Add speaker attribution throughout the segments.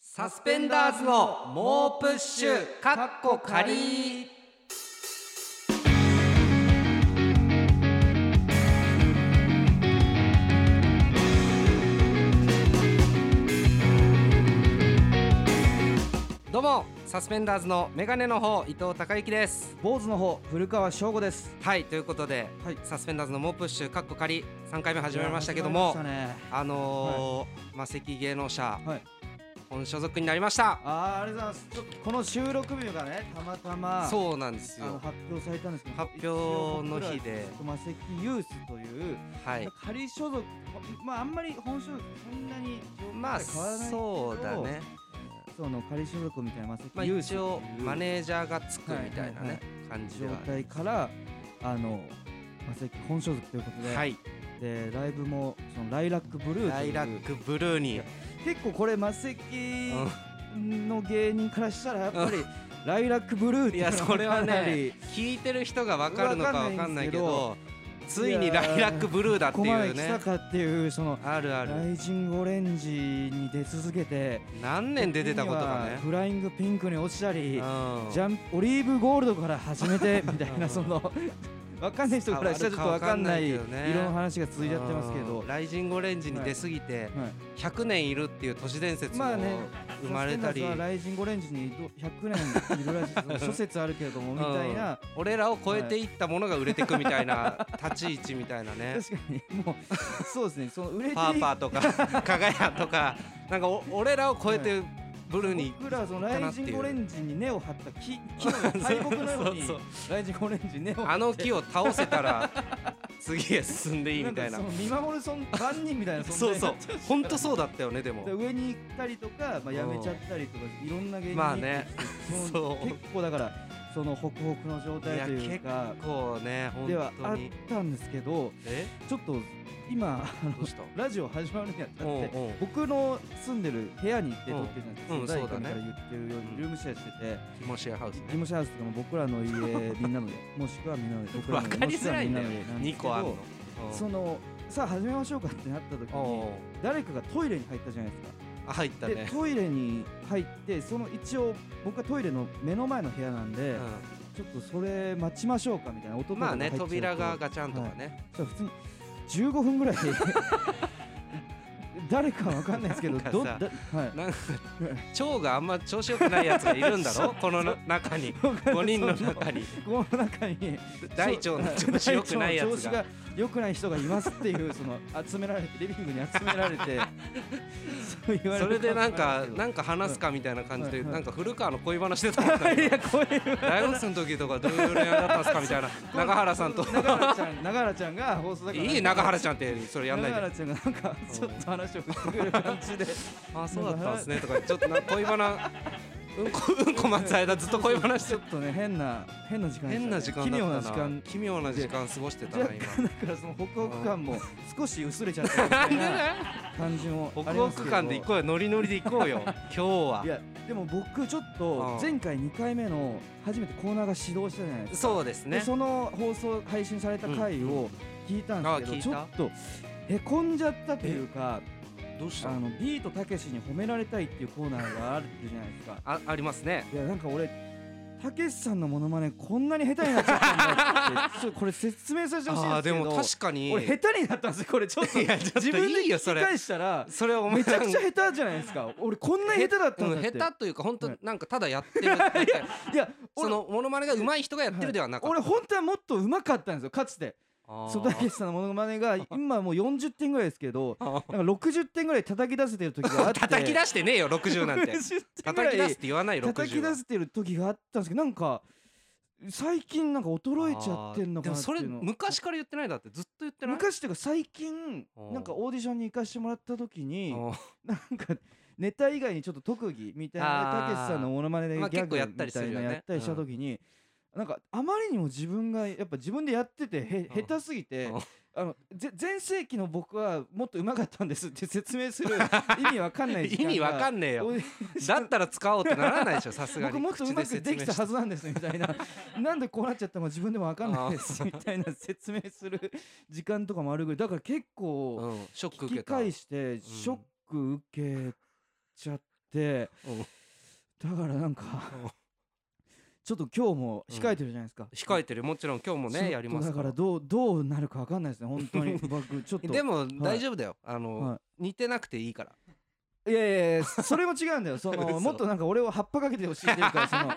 Speaker 1: サスペンダーズの猛プッシュかっこ仮どうもサスペンダーズのメガネの方伊藤孝之です
Speaker 2: 坊主の方古川翔吾です
Speaker 1: はいということで、
Speaker 2: はい
Speaker 1: サスペンダーズの猛プッシュかっこ仮3回目始めましたけども
Speaker 2: 始まりましたね
Speaker 1: あのー魔石芸能者
Speaker 2: はい
Speaker 1: 本所属になりました
Speaker 2: あーありがとうございますちょっとこの収録日がねたまたまう
Speaker 1: そうなんです
Speaker 2: あの
Speaker 1: よ
Speaker 2: 発表されたんですけど
Speaker 1: 発表の日で
Speaker 2: 一応僕らはちょっとマセキユースという、
Speaker 1: はい
Speaker 2: 仮所属まああんまり本所属そんなに状況
Speaker 1: まあ
Speaker 2: と変わらないけど
Speaker 1: そうだね
Speaker 2: その仮所属みたいなマセ
Speaker 1: まあ
Speaker 2: キユース
Speaker 1: 一応マネージャーがつくみたいな
Speaker 2: はいはいは
Speaker 1: ね
Speaker 2: い
Speaker 1: 感じで
Speaker 2: 状
Speaker 1: は
Speaker 2: 態からあのマセキ本所属ということで、
Speaker 1: はい
Speaker 2: でライブもそのライラックブルーという
Speaker 1: ライラックブルーに
Speaker 2: 結構これマセキ
Speaker 1: うん
Speaker 2: の芸人からしたらやっぱりライラックブルーって
Speaker 1: い
Speaker 2: いう
Speaker 1: や
Speaker 2: のが
Speaker 1: それは
Speaker 2: かなり
Speaker 1: ね聞いてる人がわかるのかわかんないけどついに
Speaker 2: いやー
Speaker 1: ライラックブルーだって
Speaker 2: ここまで
Speaker 1: いう
Speaker 2: 来た
Speaker 1: ね
Speaker 2: かっていうその
Speaker 1: あるあ
Speaker 2: ラ
Speaker 1: る
Speaker 2: イジングオレンジに出続けて
Speaker 1: 何年で出たことか
Speaker 2: 時に
Speaker 1: ね
Speaker 2: はフライングピンクに落ちたり
Speaker 1: うん
Speaker 2: ジャンプオリーブゴールドから始めてみたい
Speaker 1: うん
Speaker 2: なそのわかんない人からしたらちょっとわかんない
Speaker 1: わ
Speaker 2: 色
Speaker 1: かんないけどね
Speaker 2: の話が続いちゃってますけど
Speaker 1: う。んライジングオレンジに出すぎて
Speaker 2: はい
Speaker 1: 100年いるっていう都市伝説も
Speaker 2: まあね
Speaker 1: 生まれたり
Speaker 2: サステナーズはライジングオレンジにど100年いるらしいです諸説あるけれどもみたいな、
Speaker 1: 俺らを超えていったものが売れてくみたい な立ち位置みたいなね
Speaker 2: 確かにもう そうですねその売れてい
Speaker 1: パーパーと かかがやとかなんかお俺らを超えてブルーに
Speaker 2: 僕らはそのライジングオレンジに根を張った木木の敗北のように
Speaker 1: そうそう
Speaker 2: ライジングオレンジに根を張って
Speaker 1: あの木を倒せたら次へ進んでいいみた いな
Speaker 2: なんかその見守るそん万人みたいな存 在
Speaker 1: そうそう
Speaker 2: になっ
Speaker 1: 本当そうだったよねで
Speaker 2: て
Speaker 1: も
Speaker 2: 上に行ったりとか、まあ、辞めちゃったりとかいろんな芸人
Speaker 1: まあね
Speaker 2: そ
Speaker 1: そ
Speaker 2: の
Speaker 1: う
Speaker 2: 結構だからそのホクホクの状
Speaker 1: い
Speaker 2: 態
Speaker 1: や
Speaker 2: という
Speaker 1: 結
Speaker 2: か
Speaker 1: 構ね本
Speaker 2: では
Speaker 1: 当
Speaker 2: あっ
Speaker 1: に
Speaker 2: たんですけど
Speaker 1: え
Speaker 2: ちょっと今 あの
Speaker 1: どうした
Speaker 2: ラジオ始まるにあた
Speaker 1: お
Speaker 2: っ
Speaker 1: う
Speaker 2: て
Speaker 1: おう
Speaker 2: 僕の住んでる部屋に行って撮ってるじゃ
Speaker 1: うんうん
Speaker 2: ないですか、
Speaker 1: そうだね
Speaker 2: 第一回目から言ってるよう
Speaker 1: うん
Speaker 2: にルームシェアしてて、
Speaker 1: ティモシェアハウス
Speaker 2: 事
Speaker 1: ね
Speaker 2: 務所ハウスとかも僕らの家み んなのでもしくはみんなので僕ら
Speaker 1: わ
Speaker 2: の家
Speaker 1: かり
Speaker 2: もしく
Speaker 1: づ
Speaker 2: は
Speaker 1: らい
Speaker 2: み
Speaker 1: ん
Speaker 2: ん
Speaker 1: だ
Speaker 2: な
Speaker 1: よ
Speaker 2: のでなんで
Speaker 1: 二
Speaker 2: すけ
Speaker 1: 個あんの
Speaker 2: どそのさあ始めましょうかってなった時
Speaker 1: うん
Speaker 2: に
Speaker 1: おう
Speaker 2: 誰かがトイレに入ったじゃないですか
Speaker 1: あ入った
Speaker 2: で
Speaker 1: ね
Speaker 2: トイレに入ってその一応僕はトイレの目の前の部屋なんで、
Speaker 1: うん
Speaker 2: ちょっとそれ待ちましょうかみたいな音と
Speaker 1: ま
Speaker 2: か
Speaker 1: あ
Speaker 2: が
Speaker 1: ね
Speaker 2: 入っちゃうと
Speaker 1: 扉がガチャンとかね
Speaker 2: そしたら普通に15分ぐらい誰かわかんないですけど
Speaker 1: なんか
Speaker 2: ど
Speaker 1: さ
Speaker 2: だはい
Speaker 1: なんか腸があんま調子よくないやつがいるん だろこのな中に5人の中に
Speaker 2: この中に
Speaker 1: 大腸の調子良くないやつ
Speaker 2: 大
Speaker 1: が
Speaker 2: 腸の 調子が良くない人がいますっていうその集められてリビングに集めら れてそう言われ
Speaker 1: それでなんか
Speaker 2: な
Speaker 1: なんんか話すかみたいな感じで
Speaker 2: はいはい
Speaker 1: なんか古川の恋話してた もんね
Speaker 2: こういう
Speaker 1: 大学生の時とかどういう恋愛だったんですかみたい な永原さんと
Speaker 2: 永原ちゃん永原ちゃんが放送だから
Speaker 1: いい永原ちゃんってそれやんない
Speaker 2: 永
Speaker 1: で
Speaker 2: 原ちゃんがなんかちょっと話を振ってくる感じで
Speaker 1: あそうだったんですねとかちょっとなんか恋バナうんこうんこ待つ間ずっと恋話して
Speaker 2: ちょっとね変な変な時間でしたね
Speaker 1: 変な時間だったな
Speaker 2: 奇妙な時間
Speaker 1: 奇妙な時間過ごしてたな
Speaker 2: 若
Speaker 1: 今
Speaker 2: 干だからそのホクホク感も少し薄れちゃったみたいな感じも
Speaker 1: 北
Speaker 2: ありますけ ど
Speaker 1: 北間で行こうよノリノリで行こうよ今日はい
Speaker 2: やでも僕ちょっ
Speaker 1: う
Speaker 2: と
Speaker 1: ん
Speaker 2: 前回2回目の初めてコーナーが始動したじゃないですか
Speaker 1: そうですね
Speaker 2: でその放送配信された回を聞いたんです
Speaker 1: あ聞
Speaker 2: けど、
Speaker 1: い
Speaker 2: ちょっとへこんじゃったというか
Speaker 1: どうし
Speaker 2: あのビートたけしに褒められたいっていうコーナーがあるじゃないですか
Speaker 1: あありますね
Speaker 2: いやなんか俺たけしさんのモノマネこんなに下手になっちゃったんだ ってちょっとこれ説明させてほしいん
Speaker 1: あ
Speaker 2: で
Speaker 1: ー
Speaker 2: すけ
Speaker 1: で
Speaker 2: ど
Speaker 1: も確かに
Speaker 2: 俺下手になったんですよこれちょっと
Speaker 1: いやちょっと
Speaker 2: 自分で
Speaker 1: いいよ
Speaker 2: 聞
Speaker 1: そ
Speaker 2: き
Speaker 1: れ
Speaker 2: 返したら
Speaker 1: それお前
Speaker 2: めちゃくちゃ下手じゃないですか俺こんなに下手だったんだ
Speaker 1: う
Speaker 2: っ
Speaker 1: ん
Speaker 2: て、
Speaker 1: 下手というか本当
Speaker 2: はい
Speaker 1: なんかただやってるだけ
Speaker 2: いや
Speaker 1: そのモノマネが上手い人がやってるではなかっ
Speaker 2: 俺本当はもっと上手かったんですよかつて
Speaker 1: たあー
Speaker 2: そうたけしさんのモノマネ が今もう40点ぐらいですけど
Speaker 1: あー
Speaker 2: なんか60点ぐらい叩き出せてる時があって
Speaker 1: 叩き出してねえよ60なんて
Speaker 2: 60点ぐ
Speaker 1: 叩
Speaker 2: ら
Speaker 1: き出すっ
Speaker 2: い
Speaker 1: て言わない60は
Speaker 2: 叩き出せてる時があったんですけどなんか最近なんか衰えちゃってんのかな
Speaker 1: あーでも
Speaker 2: ってい
Speaker 1: そうれ
Speaker 2: の
Speaker 1: 昔から言ってないだってずっと言ってない
Speaker 2: 昔っていうか最近
Speaker 1: あー
Speaker 2: なんかオーディションに行かしてもらった時に
Speaker 1: あー
Speaker 2: なんかネタ以外にちょっと特技みたいな
Speaker 1: あー
Speaker 2: たけしさんのモノマネでギ
Speaker 1: まあ
Speaker 2: ャ
Speaker 1: 結構
Speaker 2: グ
Speaker 1: やったり
Speaker 2: み
Speaker 1: す
Speaker 2: た
Speaker 1: る
Speaker 2: い
Speaker 1: よ
Speaker 2: な
Speaker 1: ね
Speaker 2: やったりした時になんかあまりにも自分がやっぱ自分でやっててへ
Speaker 1: うん
Speaker 2: 下手すぎて
Speaker 1: うん
Speaker 2: あのぜ全盛期の僕はもっと上手かったんですって説明す る意味わかんない時間
Speaker 1: 意
Speaker 2: が
Speaker 1: 味わかんねえよ
Speaker 2: おい
Speaker 1: だったら使おうってならないでしょさすがに
Speaker 2: 僕もっとうま
Speaker 1: 口
Speaker 2: くでき
Speaker 1: 説明
Speaker 2: た
Speaker 1: して
Speaker 2: はずなんですみたいな なんでこうなっちゃったのか自分でもわかんないですみたいな説明する時間とかもあるぐらいだから結構
Speaker 1: うんショック
Speaker 2: 聞
Speaker 1: 受け
Speaker 2: き
Speaker 1: た
Speaker 2: 返してショック受けちゃって、て
Speaker 1: うん
Speaker 2: だからなんか
Speaker 1: うん
Speaker 2: ちょっと今日も控えてるじゃないですか、
Speaker 1: 控えてるもちろん今日も
Speaker 2: ちょっ
Speaker 1: ね
Speaker 2: と
Speaker 1: やります
Speaker 2: だ
Speaker 1: か
Speaker 2: から
Speaker 1: ら
Speaker 2: どうどうなるかわかんないですね本当に僕ちょっと
Speaker 1: でも大丈夫だよあ
Speaker 2: は
Speaker 1: の似てなくていいから
Speaker 2: いやいやいやそれも違うんだよそ の
Speaker 1: 嘘
Speaker 2: もっとなんか俺を葉っぱかけてほしいっていうかその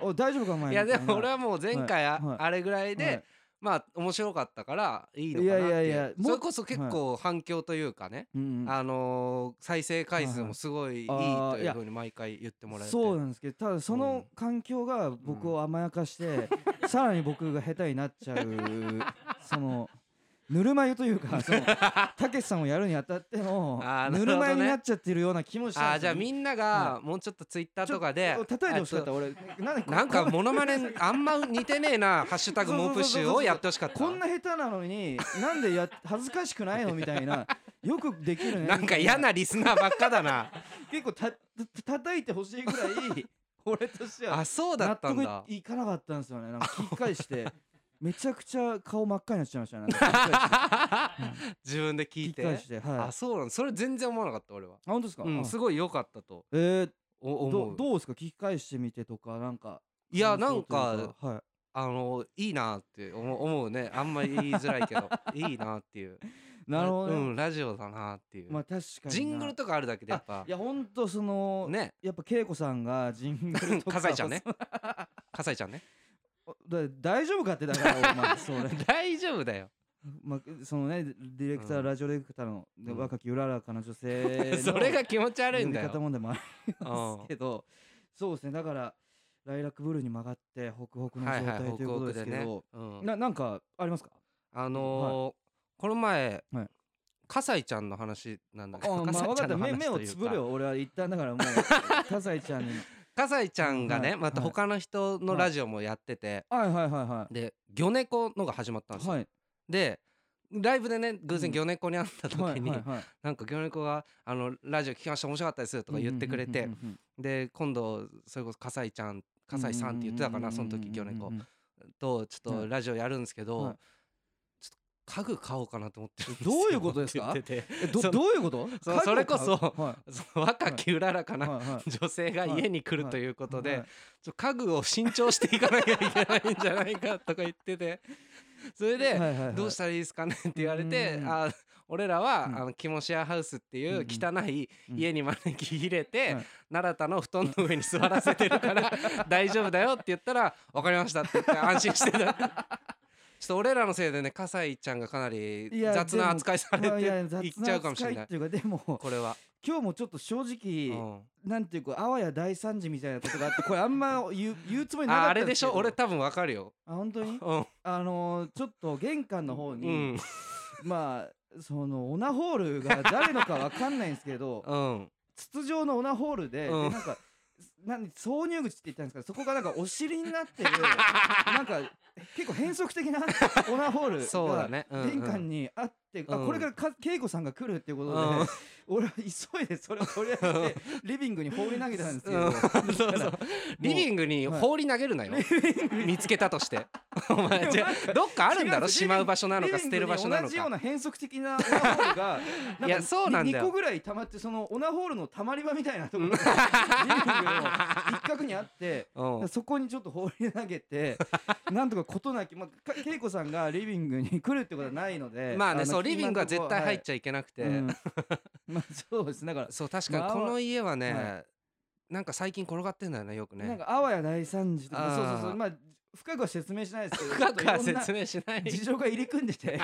Speaker 2: お大丈夫かお前
Speaker 1: いやでも俺
Speaker 2: は
Speaker 1: はもう前回あ
Speaker 2: はい
Speaker 1: あれぐらいでまあ面白かったからいいのかなって
Speaker 2: いやいやい
Speaker 1: い
Speaker 2: や
Speaker 1: う
Speaker 2: も
Speaker 1: それこそ結構反響というかね
Speaker 2: うん
Speaker 1: あのー再生回数もすごいいい
Speaker 2: はいはいあー
Speaker 1: と
Speaker 2: い
Speaker 1: いう
Speaker 2: や
Speaker 1: ふうに毎回言ってもらえて
Speaker 2: そうなんですけどただその環境が僕を甘やかして、 さらに僕が下手になっ ちゃうそのぬるま湯というかそのたけしさんをやるにあたっての
Speaker 1: あーなるほど
Speaker 2: ぬ
Speaker 1: ね
Speaker 2: るま湯になっちゃってるような気もした
Speaker 1: あ
Speaker 2: ん
Speaker 1: ー
Speaker 2: です
Speaker 1: じ
Speaker 2: よ
Speaker 1: ゃあみんながもうちょっとツイッターとかで
Speaker 2: ちょっ叩いてほしかった俺なんでこ
Speaker 1: なんかモノマ ネあんま似てねえな「ハッシュタグモープッシュ」をやってほしかった
Speaker 2: こんな下手なのになんでや恥ずかしくないのみた いなよくできるね
Speaker 1: なんか嫌なリスナーばっかだな
Speaker 2: 結構たた叩いてほしいぐら い俺としては
Speaker 1: あそうだ
Speaker 2: 納
Speaker 1: ったんだ
Speaker 2: 得いかなかったんですよねなんか聞き返してめちゃくちゃ顔真っ赤になっちゃいましたねなん か
Speaker 1: 自分で聞
Speaker 2: 聞
Speaker 1: い
Speaker 2: き
Speaker 1: て
Speaker 2: 返して聞き返してはい
Speaker 1: あ
Speaker 2: あ
Speaker 1: そうなんそれ全然思わなかった俺は
Speaker 2: 本当ですか、
Speaker 1: うん
Speaker 2: あ
Speaker 1: すごい良かったと
Speaker 2: えー、
Speaker 1: お思
Speaker 2: ど
Speaker 1: う
Speaker 2: どうですか聞き返してみてとかなんか
Speaker 1: いやな
Speaker 2: 感想
Speaker 1: ん
Speaker 2: という
Speaker 1: か
Speaker 2: はい
Speaker 1: あのいいなって思う思うねあんまり言いづらいけ どいいなっていう
Speaker 2: なるほど
Speaker 1: う
Speaker 2: ね、
Speaker 1: んラジオだなっていう、
Speaker 2: まあ確かに
Speaker 1: ジングル
Speaker 2: と
Speaker 1: とかあるだけでやっぱ
Speaker 2: いや本当その、
Speaker 1: ね
Speaker 2: やっぱ恵子さんがジングルと か
Speaker 1: 笠井ちゃんね
Speaker 2: だ
Speaker 1: 笠井ちゃん ね
Speaker 2: 大丈夫かってだからお前それ
Speaker 1: 大丈夫だよ
Speaker 2: まあ、そのねディレクター、
Speaker 1: うん
Speaker 2: ラジオディレクターの、ね
Speaker 1: うん
Speaker 2: 若きうららかな女性の
Speaker 1: それが気持ち悪い
Speaker 2: 呼
Speaker 1: ん
Speaker 2: び
Speaker 1: だ
Speaker 2: 方
Speaker 1: よ
Speaker 2: 問題もありますけどそうですねだからライラックブルーに曲がってホクホクの状
Speaker 1: はいはい
Speaker 2: 態
Speaker 1: ホ
Speaker 2: と
Speaker 1: ク
Speaker 2: いうこ
Speaker 1: ホ
Speaker 2: と
Speaker 1: ク
Speaker 2: です
Speaker 1: で
Speaker 2: け
Speaker 1: ね
Speaker 2: ど、
Speaker 1: うん
Speaker 2: ななんかありますか
Speaker 1: あのーこの前、
Speaker 2: はい
Speaker 1: 笠井ちゃんの話なんだけ
Speaker 2: あ
Speaker 1: ど、
Speaker 2: まあ
Speaker 1: 笠
Speaker 2: 分
Speaker 1: 井ち
Speaker 2: か
Speaker 1: ゃ
Speaker 2: っ
Speaker 1: ん
Speaker 2: た
Speaker 1: の
Speaker 2: 目
Speaker 1: 話
Speaker 2: 目を
Speaker 1: とい
Speaker 2: つ
Speaker 1: う
Speaker 2: ぶる
Speaker 1: か
Speaker 2: よ俺は一旦だからもう葛西ちゃんに
Speaker 1: 笠井ちゃんがね、
Speaker 2: うんはい
Speaker 1: また
Speaker 2: はい
Speaker 1: 他の人の
Speaker 2: はい
Speaker 1: ラジオもやってて、
Speaker 2: はいはいはいは
Speaker 1: で魚猫のが始まったんで
Speaker 2: い
Speaker 1: すよ、
Speaker 2: はい
Speaker 1: でライブでね偶
Speaker 2: う
Speaker 1: 然
Speaker 2: ん
Speaker 1: 魚猫に会った時に、
Speaker 2: はいはいはい
Speaker 1: なんか魚猫が「あのラジオ聞きました面白かったです」とか言ってくれて、
Speaker 2: うんうんうんうん
Speaker 1: で今度それこそ笠井ちゃん笠井さんって言ってたかな、その時魚猫
Speaker 2: うんうんうん
Speaker 1: とちょっ
Speaker 2: は
Speaker 1: と
Speaker 2: い
Speaker 1: ラジオやるんですけど、
Speaker 2: はい
Speaker 1: ちょっと家具買おうかなと思ってるんですよ
Speaker 2: どういうことですか
Speaker 1: って言ってて
Speaker 2: えど
Speaker 1: そう
Speaker 2: どういうこと
Speaker 1: そうそれこそ
Speaker 2: 家具を買うは
Speaker 1: その若きうららか
Speaker 2: い
Speaker 1: な、
Speaker 2: はいはい
Speaker 1: 女性が家に来る
Speaker 2: はい
Speaker 1: ということで、
Speaker 2: はい
Speaker 1: ちょ家具を新調していかなきゃいけないんじゃないかとか言っててそれで
Speaker 2: はいはい
Speaker 1: 「
Speaker 2: はい
Speaker 1: どうしたらいいですかね?」って言われて
Speaker 2: うん
Speaker 1: あ俺らは、
Speaker 2: うん
Speaker 1: あのキモシェアハウスっていう汚い
Speaker 2: うん
Speaker 1: 家に招き入れて、
Speaker 2: はい
Speaker 1: 奈良田の布団の上に座らせてる から大丈夫だよって言ったら「分かりました」って言って安心してた。 ちょっと俺らのせいでね笠井ちゃんがかなり
Speaker 2: いや
Speaker 1: 雑な扱いされ
Speaker 2: まあい
Speaker 1: て
Speaker 2: や
Speaker 1: いっ
Speaker 2: 雑
Speaker 1: ちゃうかもし
Speaker 2: 扱
Speaker 1: れ
Speaker 2: い
Speaker 1: な
Speaker 2: っ
Speaker 1: い
Speaker 2: ていうかでも
Speaker 1: これは。
Speaker 2: 今日もちょっと正直、
Speaker 1: うん
Speaker 2: なんていうかあわや大惨事みたいなことがあってこれあんま 言う言うつもりなか
Speaker 1: あ
Speaker 2: った
Speaker 1: あ
Speaker 2: ん
Speaker 1: れですし
Speaker 2: けど
Speaker 1: ょ俺多分わかるよ。
Speaker 2: あ本当に
Speaker 1: うん
Speaker 2: あのーちょっと玄関の方
Speaker 1: う
Speaker 2: に、
Speaker 1: ん
Speaker 2: まあそのオナホールが誰のかわかんないんですけ ど
Speaker 1: うん
Speaker 2: 筒状のオナホールで,で、
Speaker 1: うん
Speaker 2: なんか何挿入口って言ったんですかそこがなんかお尻になっ てるなんか結構変則的なオナホールが
Speaker 1: そうだねうんうん
Speaker 2: 玄関にあって、
Speaker 1: うん
Speaker 2: あこれからか恵子さんが来るっていうことで、
Speaker 1: うん
Speaker 2: 俺は急いでそれを取り上げてリビングに放り投げたんですけど、
Speaker 1: うんそうそうリビングに
Speaker 2: はい
Speaker 1: 放り投げるなよ見つけたとして お前じゃあどっかあるんだ
Speaker 2: 違うん
Speaker 1: ろ
Speaker 2: です
Speaker 1: しまう場所なのか
Speaker 2: リビ
Speaker 1: 捨
Speaker 2: ン
Speaker 1: て
Speaker 2: グ
Speaker 1: る
Speaker 2: に
Speaker 1: 場所な
Speaker 2: 同
Speaker 1: の
Speaker 2: じよう
Speaker 1: か
Speaker 2: な変則的なオナホ ールが
Speaker 1: いやそうなんだよ
Speaker 2: 2個ぐらい溜まってそのオナホールの溜まり場みたいなところ がリビングの一角にあって
Speaker 1: うん
Speaker 2: そこにちょっと放り投 げてなんとか事なき、まあ、か恵子さんがリビングに来るってことはないので
Speaker 1: まあね
Speaker 2: の
Speaker 1: そうリビングは絶対入っ
Speaker 2: ゃ
Speaker 1: ちゃいけなくて
Speaker 2: うん まあそうですねだから
Speaker 1: そう確か
Speaker 2: ま
Speaker 1: に
Speaker 2: あ
Speaker 1: この家は
Speaker 2: は
Speaker 1: ねなんか最近転がってんだよねよく
Speaker 2: なん
Speaker 1: ね
Speaker 2: かあわや大惨事とか
Speaker 1: あ
Speaker 2: そう
Speaker 1: ー
Speaker 2: そうそうまあ深くは説明しないですけど
Speaker 1: 深くは
Speaker 2: ちょっといろんな
Speaker 1: 説明しない
Speaker 2: 事情が入り組ん でて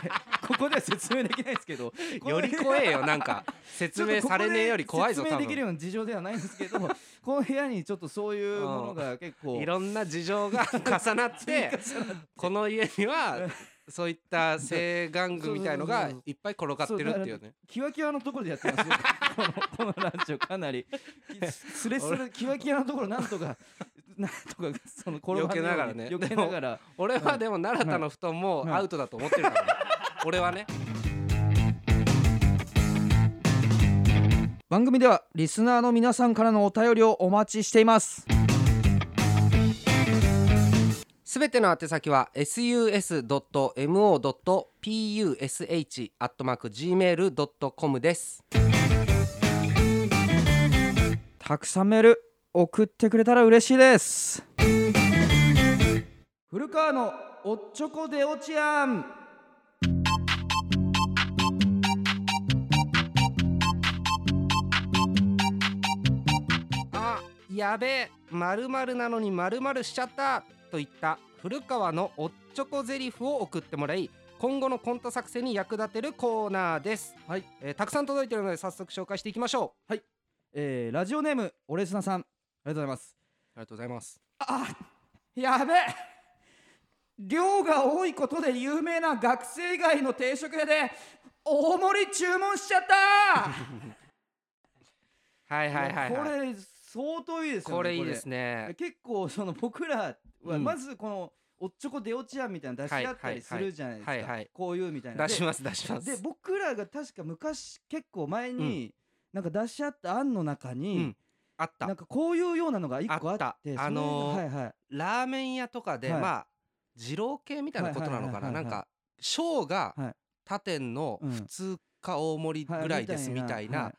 Speaker 2: ここでは説明できないですけど
Speaker 1: より怖えよなんか説明されねえより怖いぞ
Speaker 2: ちょ
Speaker 1: 多
Speaker 2: っとここで説明でき
Speaker 1: 分
Speaker 2: るような事情ではないんですけどこの部屋にちょっとそういうものが結構
Speaker 1: いろんな事情が重なってこの家にはそういった性玩具みたいのがいっぱい転がってるっていうね
Speaker 2: キワキワのところでやってます よこのこのラジオかなりスレスレキワキワのところなんとかなんとかその転がんないように
Speaker 1: 避けながらね
Speaker 2: 避けながら
Speaker 1: 俺はでも奈良田の布団もアウトだと思ってるから、ね、俺はね
Speaker 2: 番組ではリスナーの皆さんからのお便りをお待ちしています
Speaker 1: すべての宛先は sus.mo.push.gmail.com です
Speaker 2: たくさんメール送ってくれたら嬉しいです古川のおっちょこでおちやん
Speaker 1: あやべえまるまるなのにまるまるしちゃったといった古川のおっちょこゼリフを送ってもらい今後のコント作成に役立てるコーナーです、
Speaker 2: はい
Speaker 1: えーたくさん届いてるので早速紹介していきましょう
Speaker 2: えーラジオネームオレスナさんありがとうございます
Speaker 1: ありがとうございます
Speaker 2: あやべえ量が多いことで有名な学生街の定食屋で大盛り注文しちゃった
Speaker 1: はいはいはい、はい、
Speaker 2: これ相当いいですよね
Speaker 1: これいいですね
Speaker 2: 結構その僕らは
Speaker 1: うん
Speaker 2: まずこのおっちょこ出落ちやみたいなの出し合ったりするじゃないです
Speaker 1: はいはいはいはいは
Speaker 2: か
Speaker 1: い
Speaker 2: こういうみたいな
Speaker 1: 出します出します
Speaker 2: で僕らが確か昔結構前になんか出し合った案の中
Speaker 1: う
Speaker 2: に
Speaker 1: んあっ
Speaker 2: なん
Speaker 1: た
Speaker 2: かこういうようなのが一個あって
Speaker 1: あった
Speaker 2: それ
Speaker 1: あのー
Speaker 2: はいはい
Speaker 1: ラーメン屋とかで、
Speaker 2: はい
Speaker 1: まあ二郎系みたいなことなのかな
Speaker 2: はいはいはいはい
Speaker 1: な
Speaker 2: は
Speaker 1: ん
Speaker 2: い
Speaker 1: か小が
Speaker 2: はい
Speaker 1: 他店の
Speaker 2: うん
Speaker 1: 普通か大盛り
Speaker 2: はい
Speaker 1: ぐらいですみたいな
Speaker 2: は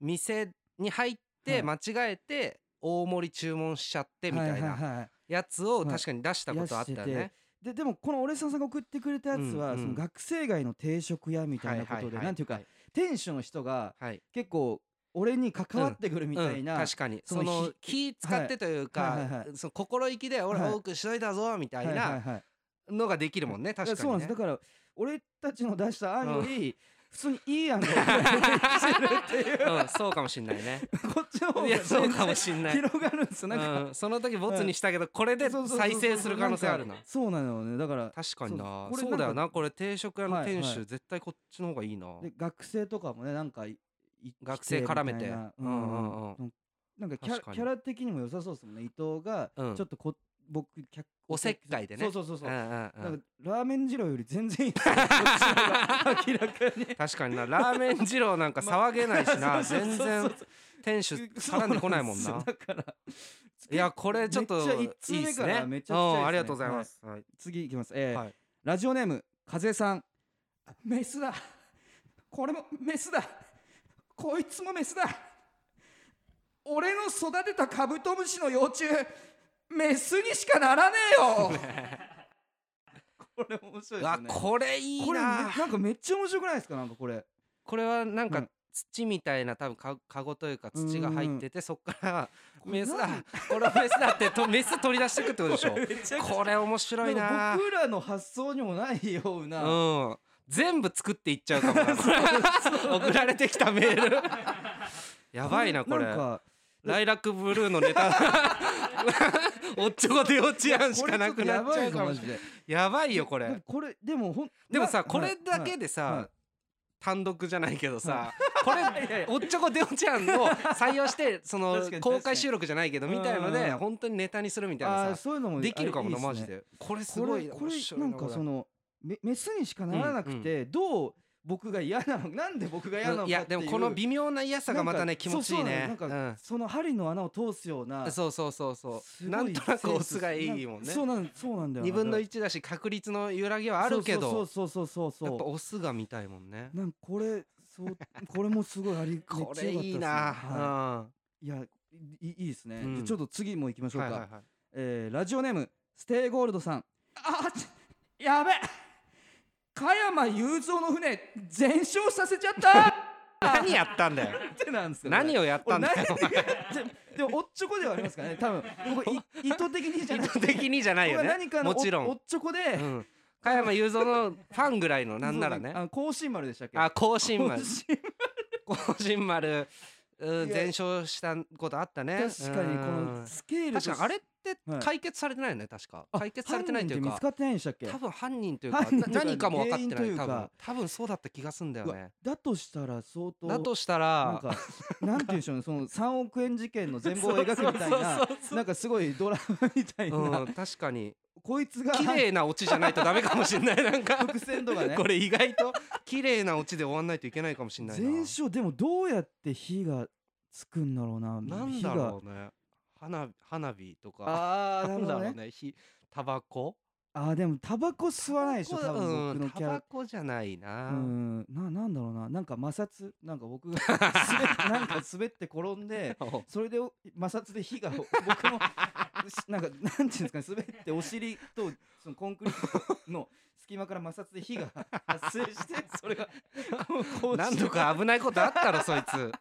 Speaker 1: 店に入っ
Speaker 2: は
Speaker 1: て
Speaker 2: い
Speaker 1: 間違えて大盛り注文しちゃってみたい
Speaker 2: は
Speaker 1: な
Speaker 2: ははい
Speaker 1: やつを
Speaker 2: はい
Speaker 1: 確かに出したことあったよ
Speaker 2: 出して
Speaker 1: ね
Speaker 2: て。ででもこのオレさんさんが送ってくれたやつは、
Speaker 1: うんうん
Speaker 2: その学生街の定食屋みたいなことで、
Speaker 1: ははは
Speaker 2: なんていうか、
Speaker 1: はい
Speaker 2: 店主の人が
Speaker 1: はい
Speaker 2: 結構俺に関わってくるみたいな、
Speaker 1: うん確かに
Speaker 2: そ
Speaker 1: そ
Speaker 2: の
Speaker 1: の気
Speaker 2: ひ
Speaker 1: 使ってという
Speaker 2: はいはい
Speaker 1: か
Speaker 2: はいは
Speaker 1: その心意気で俺
Speaker 2: はい
Speaker 1: 多くしといたぞみたい
Speaker 2: はいはい
Speaker 1: な
Speaker 2: はい
Speaker 1: のができるもんね
Speaker 2: い
Speaker 1: 確
Speaker 2: や
Speaker 1: か
Speaker 2: そうな
Speaker 1: にね
Speaker 2: んですだから俺たちの出した案より、普通にいい案が送られてき てるっていう
Speaker 1: うんそうかもしんない ね
Speaker 2: こっちの方が
Speaker 1: いやそうかもしんない
Speaker 2: 広がるんですよなんか、
Speaker 1: うん、 その時ボツにしたけどこれで
Speaker 2: そうそうそうそう
Speaker 1: 再生する可能性あるな
Speaker 2: かそうなのよねだから
Speaker 1: 確かにな
Speaker 2: そうこれ
Speaker 1: そうだよ
Speaker 2: な
Speaker 1: なこれ定食屋の
Speaker 2: はい
Speaker 1: 店
Speaker 2: はい
Speaker 1: 主、絶対こっちの方がいいな
Speaker 2: で学生とかもねなんかいい
Speaker 1: 学生絡めて
Speaker 2: 来みたいな
Speaker 1: う
Speaker 2: うんん
Speaker 1: うんうん
Speaker 2: うんなんかキャ
Speaker 1: 確か
Speaker 2: ラ
Speaker 1: に
Speaker 2: キャラ的にも良さそうですもんね伊藤が
Speaker 1: うん
Speaker 2: ちょっとこ、僕客
Speaker 1: おせっかいでね
Speaker 2: そうそうそうそう、
Speaker 1: んうんうん
Speaker 2: なんかラーメン二郎より全然いいですよこ っちの方が明らかに
Speaker 1: 確かになラーメン二郎なんか 騒げないしな、
Speaker 2: そうそう
Speaker 1: 全
Speaker 2: そうそう
Speaker 1: 然店主絡んでこないもん
Speaker 2: そう
Speaker 1: なん
Speaker 2: ですよだから
Speaker 1: いやこれちょっと
Speaker 2: めっちゃ
Speaker 1: い
Speaker 2: 一通目
Speaker 1: いっす
Speaker 2: か
Speaker 1: ね
Speaker 2: らめちゃくちゃいいっすね
Speaker 1: うんありがとうございます、はい
Speaker 2: 次いきます、えー
Speaker 1: はい
Speaker 2: ラジオネーム風さんあメスだこれもメスだこいつもメスだ俺の育てたカブトムシの幼虫メスにしかならね えよこれ面白いです
Speaker 1: あ
Speaker 2: ね
Speaker 1: これいい
Speaker 2: これめ
Speaker 1: な
Speaker 2: なんかめっちゃ面白くないですかなんかこれ
Speaker 1: これはなん
Speaker 2: う
Speaker 1: か
Speaker 2: ん
Speaker 1: 土みたいな多分かかごというか土が入っててそっから
Speaker 2: これ
Speaker 1: メスだ
Speaker 2: 何
Speaker 1: これはメスだってとメス取り出してくってことでしょ
Speaker 2: め ちゃくちゃ
Speaker 1: これ面白い
Speaker 2: なんか
Speaker 1: な
Speaker 2: 僕らの発想にもないような、
Speaker 1: うん全部作っていっちゃうかも な送られてきたメールやばいなこれ
Speaker 2: なんか
Speaker 1: ライラックブルーのネ タおっちょこで落ちやんしかなくなっちゃうかもしれない
Speaker 2: れない
Speaker 1: やばいよこ
Speaker 2: でも
Speaker 1: れ
Speaker 2: これでもほん
Speaker 1: でも
Speaker 2: な
Speaker 1: さこ
Speaker 2: は
Speaker 1: れ
Speaker 2: い
Speaker 1: だけで
Speaker 2: はいは
Speaker 1: さ
Speaker 2: い
Speaker 1: 単独じゃないけどさこ
Speaker 2: はいいやい
Speaker 1: れ
Speaker 2: や
Speaker 1: おっちょこで落ちやんを採用してその
Speaker 2: 確かに確かに
Speaker 1: 公開収録じゃないけどみたいの
Speaker 2: うんうん
Speaker 1: で
Speaker 2: うん
Speaker 1: 本当にネタにするみたい
Speaker 2: あ
Speaker 1: な
Speaker 2: ー
Speaker 1: さ
Speaker 2: そういうのも
Speaker 1: できるかも
Speaker 2: あ
Speaker 1: ない
Speaker 2: いっ
Speaker 1: マジ
Speaker 2: すね
Speaker 1: でこれす
Speaker 2: こ
Speaker 1: ご
Speaker 2: れ
Speaker 1: い
Speaker 2: こ
Speaker 1: 面
Speaker 2: れ
Speaker 1: 白い
Speaker 2: な
Speaker 1: なん
Speaker 2: か
Speaker 1: これ
Speaker 2: そのメメスにしかならなくて、どう僕が嫌なの なんで僕が嫌なのかっていう
Speaker 1: いやでもこの微妙な嫌さがまたね気持ちいい
Speaker 2: なん
Speaker 1: ね
Speaker 2: かそうそうなんかその針の穴を通すよう
Speaker 1: う
Speaker 2: なん
Speaker 1: そうそうそうそ
Speaker 2: す
Speaker 1: う
Speaker 2: ごい
Speaker 1: なんとなくオスが
Speaker 2: センス
Speaker 1: いいもんね
Speaker 2: そうなんそうなんだよ
Speaker 1: 2分の
Speaker 2: 1
Speaker 1: 1だし確率の揺らぎはあるけ
Speaker 2: そう
Speaker 1: ど
Speaker 2: そうそうそうそう
Speaker 1: やっぱ
Speaker 2: そ
Speaker 1: オスが見たいもんね
Speaker 2: うなんかこれ そうこれもすごいあり
Speaker 1: これ
Speaker 2: めっちゃ
Speaker 1: いい
Speaker 2: 良
Speaker 1: な
Speaker 2: かったですねはい
Speaker 1: はい
Speaker 2: やいいいですね、
Speaker 1: うん
Speaker 2: じゃあちょっと次も行きまし
Speaker 1: い
Speaker 2: ょう
Speaker 1: は
Speaker 2: か、
Speaker 1: いはい
Speaker 2: えーラジオネームステイゴールドさんあやべ加山雄三の船全焼させちゃった
Speaker 1: 何やったんだよ
Speaker 2: ってなんですよ
Speaker 1: 何をやったんだよ
Speaker 2: 俺何 ででもおっちょこではありますからね多分 僕い意図的にじゃ
Speaker 1: 意
Speaker 2: なく
Speaker 1: 図
Speaker 2: て
Speaker 1: 的にじゃないよ
Speaker 2: 僕は
Speaker 1: ね
Speaker 2: 何かの
Speaker 1: もちろ
Speaker 2: おお
Speaker 1: ん
Speaker 2: っちょこで、
Speaker 1: うん加山雄三のファンぐらいのなんならね
Speaker 2: あの甲子園丸でしたっけ
Speaker 1: あ甲子園丸
Speaker 2: 甲子園
Speaker 1: 甲子園丸うん
Speaker 2: いや
Speaker 1: 全勝したことあったね
Speaker 2: 確かにこ
Speaker 1: う
Speaker 2: の
Speaker 1: ん
Speaker 2: スケールと
Speaker 1: 確かにあれって
Speaker 2: はい
Speaker 1: 解決されてないよね確か
Speaker 2: あ
Speaker 1: 解決されてないという
Speaker 2: 犯人
Speaker 1: か
Speaker 2: って見つかってないんでしたっけ
Speaker 1: 多分犯人というか
Speaker 2: 犯人という
Speaker 1: な
Speaker 2: か
Speaker 1: 何かも分かって
Speaker 2: 原
Speaker 1: な
Speaker 2: 因
Speaker 1: い
Speaker 2: という
Speaker 1: 多
Speaker 2: か
Speaker 1: 分多分そうだった気がすんだよ
Speaker 2: うわ
Speaker 1: ね
Speaker 2: だとしたら相当
Speaker 1: だとした
Speaker 2: なん
Speaker 1: ら
Speaker 2: かなんて言うんでしょうねその3億円事件の全貌を描くみたい
Speaker 1: そう
Speaker 2: な
Speaker 1: そうそうそう
Speaker 2: なんかすごいドラマみたいな、
Speaker 1: うん確か に
Speaker 2: こいつが
Speaker 1: 綺麗なオチじゃないとダメかもしれないなんか
Speaker 2: 伏線とかね
Speaker 1: これ意外と綺麗なオチで終わんないといけないかもしれないな
Speaker 2: 全焼でもどうやって火がつくんだろうな
Speaker 1: なん
Speaker 2: 火
Speaker 1: だ
Speaker 2: が
Speaker 1: ろうね花火花火とか
Speaker 2: ああ
Speaker 1: な
Speaker 2: なんるほ
Speaker 1: だ
Speaker 2: ど
Speaker 1: ろう
Speaker 2: ね
Speaker 1: ね火タバコ
Speaker 2: あーでもタバコ吸わないでしょ多分
Speaker 1: うん
Speaker 2: 僕のキャ
Speaker 1: タバ
Speaker 2: ラ
Speaker 1: コじゃないな、
Speaker 2: うんななんだろうななんか摩擦なんか僕が 滑ってなんか滑って転んで
Speaker 1: お
Speaker 2: それでお摩擦で火が 僕もしなんかなんていうんですかね滑ってお尻とそのコンクリートの隙間から摩擦で火が 発生してそれがこうこう
Speaker 1: 何度か危ないことあったろそい つ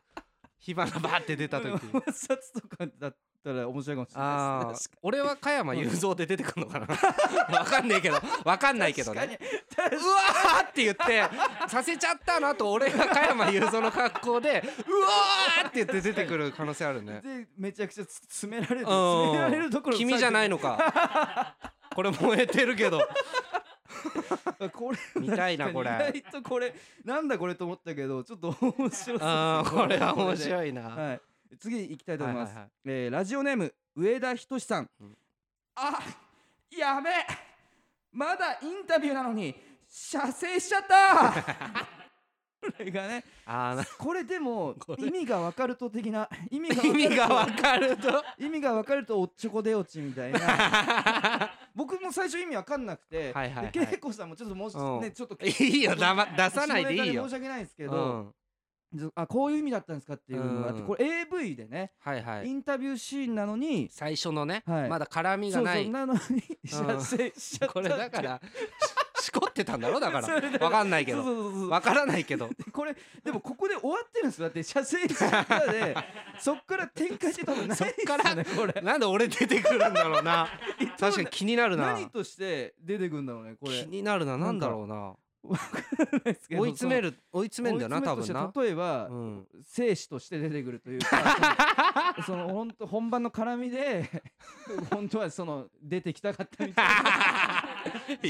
Speaker 1: 火花バーって出た時
Speaker 2: うん摩擦とかだったら面白いかもしれない
Speaker 1: あ
Speaker 2: で
Speaker 1: あ
Speaker 2: すね
Speaker 1: 俺は加山雄三で出てくるのか なわかんねえけどわかんないけど
Speaker 2: 確
Speaker 1: ね
Speaker 2: かに
Speaker 1: うわーって言ってさせちゃったなと俺が加山雄三の格好でうわーって言って出てくる可能性ある ね
Speaker 2: でめちゃくちゃつ詰められる
Speaker 1: うん
Speaker 2: 詰められるところ
Speaker 1: 君じゃない
Speaker 2: の
Speaker 1: のかこれ燃えてるけ ど
Speaker 2: これ
Speaker 1: 見たいなこれ
Speaker 2: 意外とこれなんだこれと思ったけどちょっと面白そうですね
Speaker 1: あーこれは面
Speaker 2: い
Speaker 1: 白いな
Speaker 2: はい次行きたいと思います、
Speaker 1: はいはいはい
Speaker 2: えーラジオネーム上田仁さん、
Speaker 1: うん
Speaker 2: あやべえまだインタビューなのに射精しち ゃったこれがね
Speaker 1: あーな
Speaker 2: これでも
Speaker 1: これ
Speaker 2: 意味がわかると 的な意味が
Speaker 1: 意味が
Speaker 2: わか
Speaker 1: わ
Speaker 2: る
Speaker 1: かる と
Speaker 2: と意味がわかるとおっちょこでおちみたいな 僕も最初意味わかんなくて
Speaker 1: はいはいはい
Speaker 2: で恵子さんもちょっともう、
Speaker 1: うん
Speaker 2: ねちょっと
Speaker 1: いいよだま出さないでいい
Speaker 2: 下ネタ申
Speaker 1: よ
Speaker 2: し訳ないですけ
Speaker 1: う
Speaker 2: ど、
Speaker 1: ん
Speaker 2: ずあこういう意味だったんですかっていうのがあって、
Speaker 1: うん
Speaker 2: これ AV でね、
Speaker 1: はいは
Speaker 2: イ
Speaker 1: い
Speaker 2: ンタビューシーンなのに
Speaker 1: 最初のね
Speaker 2: はい
Speaker 1: まだ絡みが
Speaker 2: そう
Speaker 1: な
Speaker 2: そう
Speaker 1: い
Speaker 2: なのに射精しちゃった
Speaker 1: これだから ししこってたんだろだから
Speaker 2: それ
Speaker 1: わかんないけ
Speaker 2: そ
Speaker 1: ど
Speaker 2: うそうそうそう
Speaker 1: わからないけど
Speaker 2: これでもここで終わってるんですよだって射精しちゃっ たでそっから展開して多分ないですよね
Speaker 1: そっから
Speaker 2: これ
Speaker 1: なんで俺出てくるんだろう な確かに気になるな
Speaker 2: 何として出てくんだろうねこれ
Speaker 1: 気になるな
Speaker 2: な
Speaker 1: なんん
Speaker 2: か
Speaker 1: だろうな
Speaker 2: 追
Speaker 1: 追い詰め
Speaker 2: る
Speaker 1: る追い詰めんだよな多分な
Speaker 2: 例えば、
Speaker 1: うん
Speaker 2: 生死として出てくるというか その本当本番の絡みで本当はその出てきたかったみたい な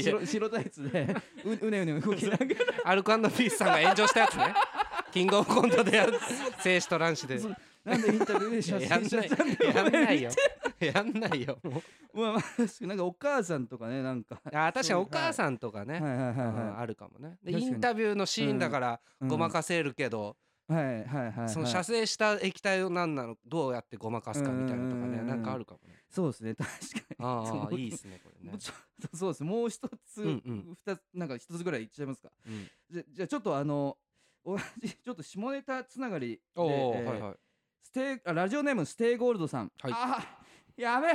Speaker 1: いや
Speaker 2: 白白タイツでううねうね動きながら
Speaker 1: アルコピースさんが炎上したやつ ねキングオブコントでやる精子と卵子で
Speaker 2: そうなんでインタビューで
Speaker 1: いや
Speaker 2: 写
Speaker 1: やん
Speaker 2: 真し
Speaker 1: ない
Speaker 2: たんだ
Speaker 1: やんない
Speaker 2: よ
Speaker 1: よやんないよもう
Speaker 2: まあまあ確かになんかお母さんとかねなんか
Speaker 1: あー確かにお母さんとか
Speaker 2: は
Speaker 1: ね、
Speaker 2: いはいはいは
Speaker 1: うんあるかもねで
Speaker 2: 確
Speaker 1: イ
Speaker 2: かに
Speaker 1: ンタビューのシーンだから
Speaker 2: い
Speaker 1: ごまかせるけど、
Speaker 2: うんはいはいはいはい
Speaker 1: その射精した液体を何なのどうやってごまかすかみたいなとか
Speaker 2: うんうんうん
Speaker 1: ね
Speaker 2: うん
Speaker 1: なんかあるかもね
Speaker 2: そうですね確か
Speaker 1: あ
Speaker 2: その
Speaker 1: あいいですねこれ
Speaker 2: に、
Speaker 1: ね、
Speaker 2: ちょっとそうですもう一つ、
Speaker 1: う
Speaker 2: 二
Speaker 1: んうん
Speaker 2: つなんか一つぐらいいっちゃいますか
Speaker 1: うん、
Speaker 2: じゃじゃあちょっとあの同じ ちょっと下ネタつながりで、
Speaker 1: おお、
Speaker 2: えー
Speaker 1: はいはい
Speaker 2: ステイあラジオネームステイゴールドさん、
Speaker 1: はい
Speaker 2: あーやべえ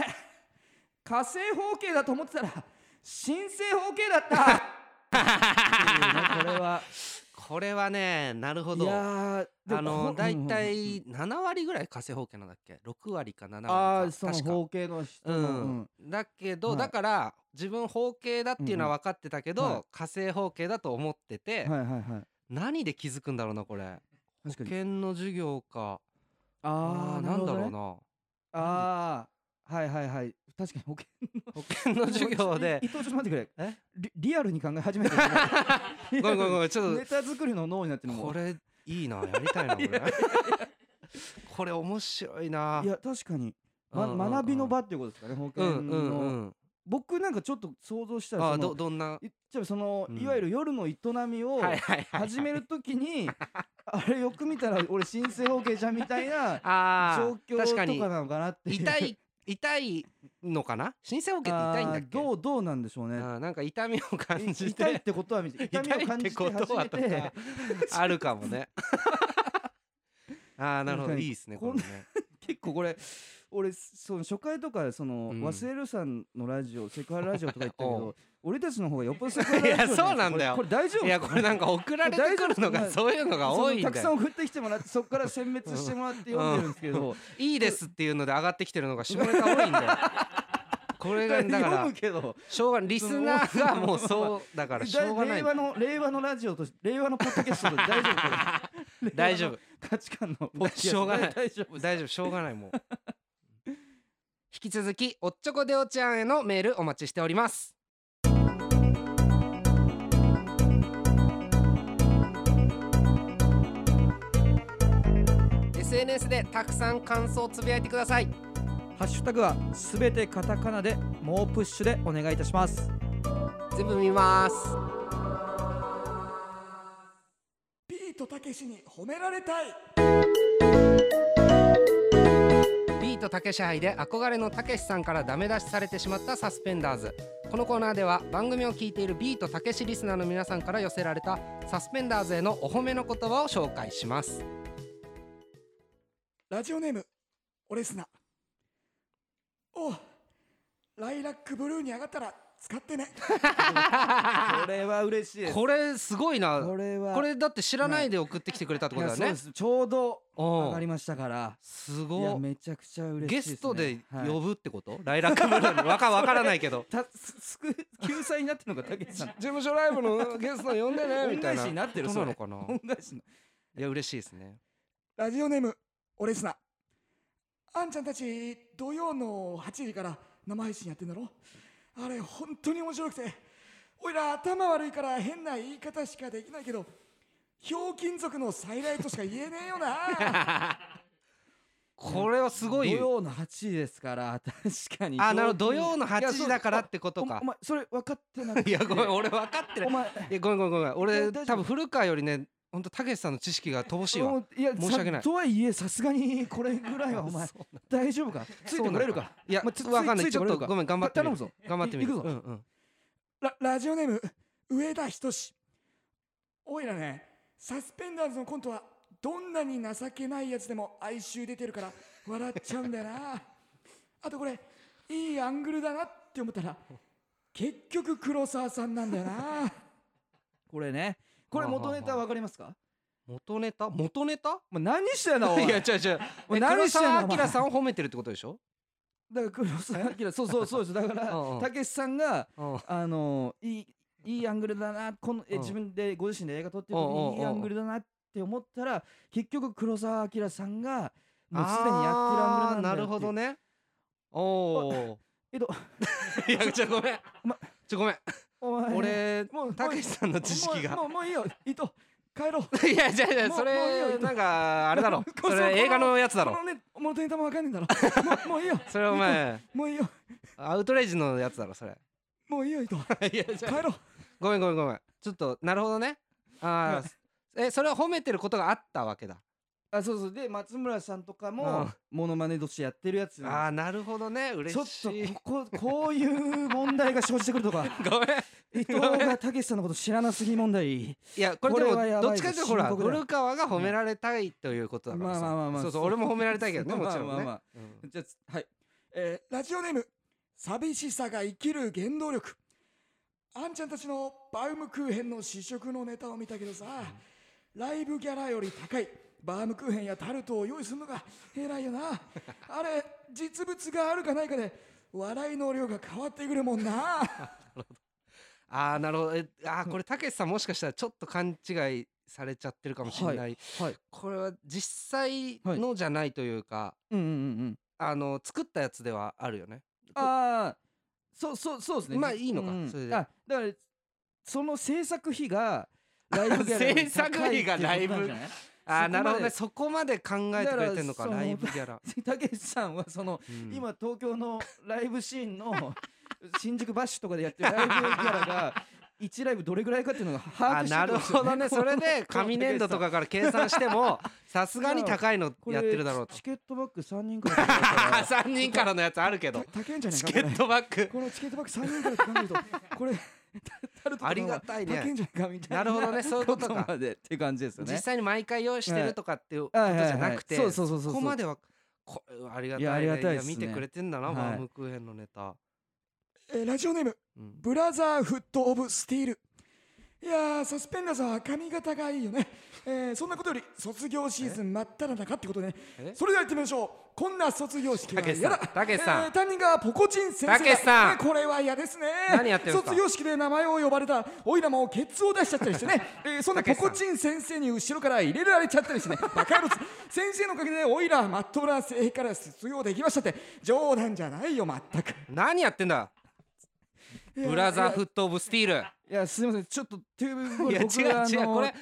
Speaker 2: 火星方形だと思ってたら新星方形だった っていうねこれは
Speaker 1: これはねなるほ
Speaker 2: い
Speaker 1: ど
Speaker 2: や
Speaker 1: あ
Speaker 2: ーでもほ
Speaker 1: の
Speaker 2: ん
Speaker 1: だ
Speaker 2: うんう
Speaker 1: い
Speaker 2: ん
Speaker 1: た
Speaker 2: うん
Speaker 1: い7割ぐらい火星放棄なんだっけ6割か7割か
Speaker 2: ああその
Speaker 1: 確か
Speaker 2: 方形の人
Speaker 1: う
Speaker 2: の
Speaker 1: ん、だけど、
Speaker 2: はい
Speaker 1: だから自分方形だっていうのは分かってたけど、
Speaker 2: うんうんはい
Speaker 1: 火星方形だと思ってて、
Speaker 2: うんはいはいはい
Speaker 1: 何で気づくんだろうなこれ保
Speaker 2: 確かに
Speaker 1: 険の授業か
Speaker 2: あ
Speaker 1: あ
Speaker 2: あ
Speaker 1: ーなんだろう
Speaker 2: ね、
Speaker 1: な
Speaker 2: ああはいはいはい確かに保険
Speaker 1: 保険の授業 で
Speaker 2: 伊藤ちょっと待ってくれ
Speaker 1: え
Speaker 2: リリアルに考え始めてるリアルに
Speaker 1: ごめんごめんごめんちょっ
Speaker 2: ネタ作りの脳になって
Speaker 1: と
Speaker 2: るもん
Speaker 1: これいいなやりたい なこれこれ面白いない
Speaker 2: や確かに、
Speaker 1: うんうんう
Speaker 2: ま、
Speaker 1: ん
Speaker 2: 学びの場っていうことですかね保
Speaker 1: う
Speaker 2: 険の、
Speaker 1: んうんうん
Speaker 2: 僕なんかちょっと想像した
Speaker 1: あ
Speaker 2: らそ
Speaker 1: ー
Speaker 2: の
Speaker 1: どどんな
Speaker 2: 言っちゃえばその、
Speaker 1: うん
Speaker 2: いわゆる夜の営みを
Speaker 1: はいはいはい
Speaker 2: 始めるときに、あれよく見たら俺新生保険じゃんみたいな
Speaker 1: あ
Speaker 2: 状
Speaker 1: ー
Speaker 2: 況
Speaker 1: 確
Speaker 2: と
Speaker 1: か
Speaker 2: か
Speaker 1: に
Speaker 2: なのかなっていう
Speaker 1: 痛い痛いのかな申請保険って痛いんだっけ
Speaker 2: あーどうどうなんでしょう
Speaker 1: あ
Speaker 2: ね
Speaker 1: ーなんか痛みを感
Speaker 2: い
Speaker 1: じ
Speaker 2: 痛いっててことはみた い
Speaker 1: 痛
Speaker 2: な痛み
Speaker 1: い
Speaker 2: を
Speaker 1: っ
Speaker 2: 感
Speaker 1: て
Speaker 2: じて
Speaker 1: こ
Speaker 2: 初
Speaker 1: と
Speaker 2: め
Speaker 1: はと
Speaker 2: て
Speaker 1: かあるかも ねあーなるほどいいですねこれね
Speaker 2: 結構これ俺その初回とかその、
Speaker 1: うん
Speaker 2: 忘れるさんのラジオセクハララジオとか言ったけ
Speaker 1: お
Speaker 2: ど
Speaker 1: う
Speaker 2: 俺たちの方がよっぽどセクハララジオじゃいですか
Speaker 1: いやそうなんだよ
Speaker 2: これこれ大丈夫
Speaker 1: いやこれなんか送られてくるの
Speaker 2: 大丈
Speaker 1: が
Speaker 2: 夫
Speaker 1: そういうのが多いん
Speaker 2: そのた
Speaker 1: だ
Speaker 2: くさん
Speaker 1: よ
Speaker 2: 送ってきてもらってそこから選別してもらって読んでるんですけど、
Speaker 1: いいですっていうので上がってきてるのが下ネタ多いんだよこれがだか
Speaker 2: 読
Speaker 1: ら
Speaker 2: むけど
Speaker 1: しょうがリスナーがもうそうだから しょうがな
Speaker 2: 令
Speaker 1: い
Speaker 2: 和の令和のラジオとして令和のポッドキャストで大丈夫これ
Speaker 1: 大丈夫
Speaker 2: 令和の価値観のポッドキャスト
Speaker 1: しょうがない
Speaker 2: 大丈夫です
Speaker 1: 大丈夫しょうがないもう 引き続きおっちょこでおちゃんへのメールお待ちしておりますでたくさん感想をつぶやいてください
Speaker 2: ハッシュタグはすべてカタカナで猛プッシュでお願いいたします
Speaker 1: 全部見ます
Speaker 3: ピートたけしに褒められたい
Speaker 1: ビーートたけし杯で憧れのたけしさんからダメ出しされてしまったサスペンダーズこのコーナーでは番組を聞いているビートたけしリスナーの皆さんから寄せられたサスペンダーズへのお褒めの言葉を紹介します
Speaker 3: ラジオネームオレスナおうライラックブルーに上がったら使ってね
Speaker 2: これは嬉しいです
Speaker 1: これすごいな
Speaker 2: これは
Speaker 1: これだって知らないで送ってきてくれたってことだよ
Speaker 2: いや
Speaker 1: ね
Speaker 2: そうですちょうど上
Speaker 1: う
Speaker 2: が
Speaker 1: ん
Speaker 2: りましたから
Speaker 1: す
Speaker 2: いや
Speaker 1: ごい
Speaker 2: めちゃくちゃ嬉しい
Speaker 1: ゲ
Speaker 2: です、ね、
Speaker 1: ストで
Speaker 2: はい
Speaker 1: 呼ぶってこと、ライラックブルーのわかわからないけど
Speaker 2: たすす く救済になってる のがたけしさん
Speaker 1: 事務所ライブのゲスト呼ん で
Speaker 2: 恩返しになってる
Speaker 1: そう
Speaker 2: そ
Speaker 1: な
Speaker 2: れ
Speaker 1: のかな
Speaker 2: 恩返しの
Speaker 1: いや嬉しいです ね
Speaker 3: ラジオネームオレスナあんちゃんたち土曜の8時から生配信やってんだろあれ本当に面白くておいら頭悪いから変な言い方しかできないけどひょうきん族の再来としか言えねえよな
Speaker 1: これはすごい
Speaker 2: 土曜の8時ですから 確かに
Speaker 1: あなるほど土
Speaker 2: 上
Speaker 1: 曜
Speaker 2: 品
Speaker 1: の
Speaker 2: いや
Speaker 1: 8
Speaker 2: そ
Speaker 1: 時
Speaker 2: う
Speaker 1: だからってことか
Speaker 2: おお前それ分かってなく
Speaker 1: い
Speaker 2: て
Speaker 1: やごめん俺分かってない
Speaker 2: お前
Speaker 1: いやごめんごめんごめん俺
Speaker 2: え大丈夫
Speaker 1: 多分古川よりねほんとたけしさんの知識が乏しいわ
Speaker 2: もういや
Speaker 1: 申し訳ない
Speaker 2: さとはいえさすがにこれぐらいはお 前
Speaker 1: そう
Speaker 2: 大丈夫かついてこれるか
Speaker 1: いや
Speaker 2: まあつ
Speaker 1: 分かんな
Speaker 2: つ
Speaker 1: い
Speaker 2: いて
Speaker 1: ちょ
Speaker 2: こ
Speaker 1: っ
Speaker 2: れ
Speaker 1: と
Speaker 2: るか
Speaker 1: ごめん頑張ってみる
Speaker 2: た頼むぞ
Speaker 1: 頑張ってみる
Speaker 2: い行く
Speaker 1: う
Speaker 2: ぞ
Speaker 1: んうん
Speaker 3: ララジオネーム上田仁おいらねサスペンダーズのコントはどんなに情けないやつでも哀愁出てるから笑っちゃうんだよな あとこれいいアングルだなって思ったら結局黒沢さんなんだよな
Speaker 2: これねこれ元ネタ分かりますか
Speaker 1: 元ネタ元ネタ
Speaker 2: お前何してんだお前
Speaker 1: いや違う違う
Speaker 2: お前
Speaker 1: え
Speaker 2: 何
Speaker 1: 黒
Speaker 2: してんの
Speaker 1: 沢
Speaker 2: お前
Speaker 1: 明さんを褒めてるってことでしょ
Speaker 2: だから黒沢明そうそうそうですだか
Speaker 1: うんう
Speaker 2: ら
Speaker 1: ん
Speaker 2: たけしさんが
Speaker 1: うん
Speaker 2: あのいいいいアングルだなこのえ
Speaker 1: うん
Speaker 2: 自分でご自身で映画撮ってる
Speaker 1: うんうんうん
Speaker 2: 時にいいアングルだなって思ったら結局黒澤明さんがもうすでにやってるアングルなんだよ
Speaker 1: あーなるほど
Speaker 2: ね
Speaker 1: ねおお
Speaker 2: えっと
Speaker 1: ーいやちょごめん
Speaker 2: ま
Speaker 1: ちょごめん
Speaker 2: お前
Speaker 1: 俺
Speaker 2: もう
Speaker 1: たけしさんの知識が
Speaker 2: もうもうもう いいよ伊藤帰ろう
Speaker 1: いやじゃじゃ
Speaker 2: もう
Speaker 1: そ
Speaker 2: もういいよいい
Speaker 1: れ
Speaker 2: よ
Speaker 1: なんかあれだ ろそ
Speaker 2: この
Speaker 1: れ映画のやつだろ
Speaker 2: このね元ネタもわかんねえんだろも うもういいよ
Speaker 1: それお前
Speaker 2: もういいよ
Speaker 1: アウトレイジのやつだろそ れ
Speaker 3: もういいよ伊 藤
Speaker 1: いやじ
Speaker 3: 帰ろう
Speaker 1: ごめんごめんごめんちょっとなるほどねああえそれは褒めてることがあったわけだ
Speaker 2: あそうそうで松村さんとか
Speaker 1: う
Speaker 2: も
Speaker 1: ん
Speaker 2: モノマネとしてやってるやつ
Speaker 1: ああなるほどね
Speaker 2: ちょ
Speaker 1: 嬉
Speaker 2: っ
Speaker 1: し
Speaker 2: と
Speaker 1: い
Speaker 2: こここういう問題が生じてくるとか
Speaker 1: ごめん
Speaker 2: 伊藤がたけしさんのこと知らなすぎ問題
Speaker 1: いやこれ
Speaker 2: こ
Speaker 1: で
Speaker 2: れ
Speaker 1: も
Speaker 2: はや
Speaker 1: ど
Speaker 2: ば
Speaker 1: っ
Speaker 2: い
Speaker 1: ち
Speaker 2: ぞ
Speaker 1: かというとほら
Speaker 2: 深刻だよ
Speaker 1: 古川が褒められたいということだからさ
Speaker 2: まあまあまあまあ
Speaker 1: そうそう俺も褒められたいけどね
Speaker 2: そう
Speaker 1: もちろん
Speaker 2: まあまあま
Speaker 1: ね
Speaker 2: あじゃあはいえ
Speaker 3: ラジオネーム寂しさが生きる原動力あんちゃんたちのバウムクーヘンの試食のネタを見たけどさライブギャラより高いバウムクーヘンやタルトを用意するのが偉いよなあれ実物があるかないかで笑いの量が変わってくるもんな
Speaker 1: ああなるほどえあーこれたけしさんもしかしたらちょっと勘違いされちゃってるかもしれない、
Speaker 2: ーはい
Speaker 1: これは実際のじゃないというか、
Speaker 2: うんうんうんうん
Speaker 1: あの作ったやつではあるよね
Speaker 2: ああそうそうそうですね
Speaker 1: まあいいのか
Speaker 2: うんうん
Speaker 1: それで
Speaker 2: あだからその制作費がライブギャラ より高いっていうことなん
Speaker 1: 制作
Speaker 2: じゃな
Speaker 1: 費が
Speaker 2: い
Speaker 1: あー
Speaker 2: そこまで
Speaker 1: なるほどねそこまで考えてくれてんのか
Speaker 2: だから
Speaker 1: ラ
Speaker 2: その
Speaker 1: イブギャラ、
Speaker 2: たけしさんはその
Speaker 1: うん
Speaker 2: 今東京のライブシー ンの新宿バッシュとかでやってるライブギャラが1ライブどれぐらいかっていうのが把
Speaker 1: あ
Speaker 2: 握して
Speaker 1: なるほどねそれで紙粘土と
Speaker 2: か
Speaker 1: かから計算してもさすがに高いのやってるだろうと
Speaker 2: チケットバッグ3人くらい買った から
Speaker 1: 3人からのやつあるけど
Speaker 3: 高いんじゃない
Speaker 1: チ
Speaker 3: か
Speaker 1: ケットバッグ
Speaker 3: これこのチケットバッグ3人からって考えるとこれタルトとかの方が
Speaker 1: ありがたいね
Speaker 3: 高いんじゃないかみたいな
Speaker 1: なるほどねそういうこと
Speaker 2: こ
Speaker 1: か
Speaker 2: までっていう感じですよね
Speaker 1: 実際に毎回用意してるとかっていうこと
Speaker 2: はい
Speaker 1: じゃなくて
Speaker 2: はいはいはいそうそうそうそ
Speaker 1: そ
Speaker 2: う
Speaker 1: こまではこれはありがたい,、ね、
Speaker 2: いやありがたい
Speaker 1: や
Speaker 2: っすね
Speaker 1: 見てくれてんだな、
Speaker 2: はい
Speaker 1: バウムクーヘンのネタ、
Speaker 3: えーラジオネーム
Speaker 1: うん
Speaker 3: ブラザーフット・オブ・スティール。いやー、サスペンダーズは髪型がいいよね。えーそんなことより、卒業シーズン真っ只中ってことね
Speaker 1: え。
Speaker 3: それでは行ってみましょう。こんな卒業式は
Speaker 1: たけし
Speaker 3: 嫌
Speaker 1: さん
Speaker 3: だ。
Speaker 1: たけしさん
Speaker 3: えー担任がポコチン先生だ。
Speaker 1: たけしさん
Speaker 3: えーこれは嫌ですね。
Speaker 1: 何やってるんですか
Speaker 3: 卒業式で名前を呼ばれた、おいらもケツを出しちゃったりし てね。えーそんな
Speaker 1: たけし
Speaker 3: ポ
Speaker 1: さん
Speaker 3: コチン先生に後ろから入れられちゃったりして ね。バカ野郎。先生のおかげで、おいらまっとうな生から卒業できましたって。冗談じゃないよ、まったく。
Speaker 1: 何やってんだ
Speaker 3: いや
Speaker 1: ブラザーフット・オブ・スティール
Speaker 2: いやすいませんちょっとという部分
Speaker 1: いや違
Speaker 2: 僕が
Speaker 1: う違う
Speaker 2: あの
Speaker 1: これ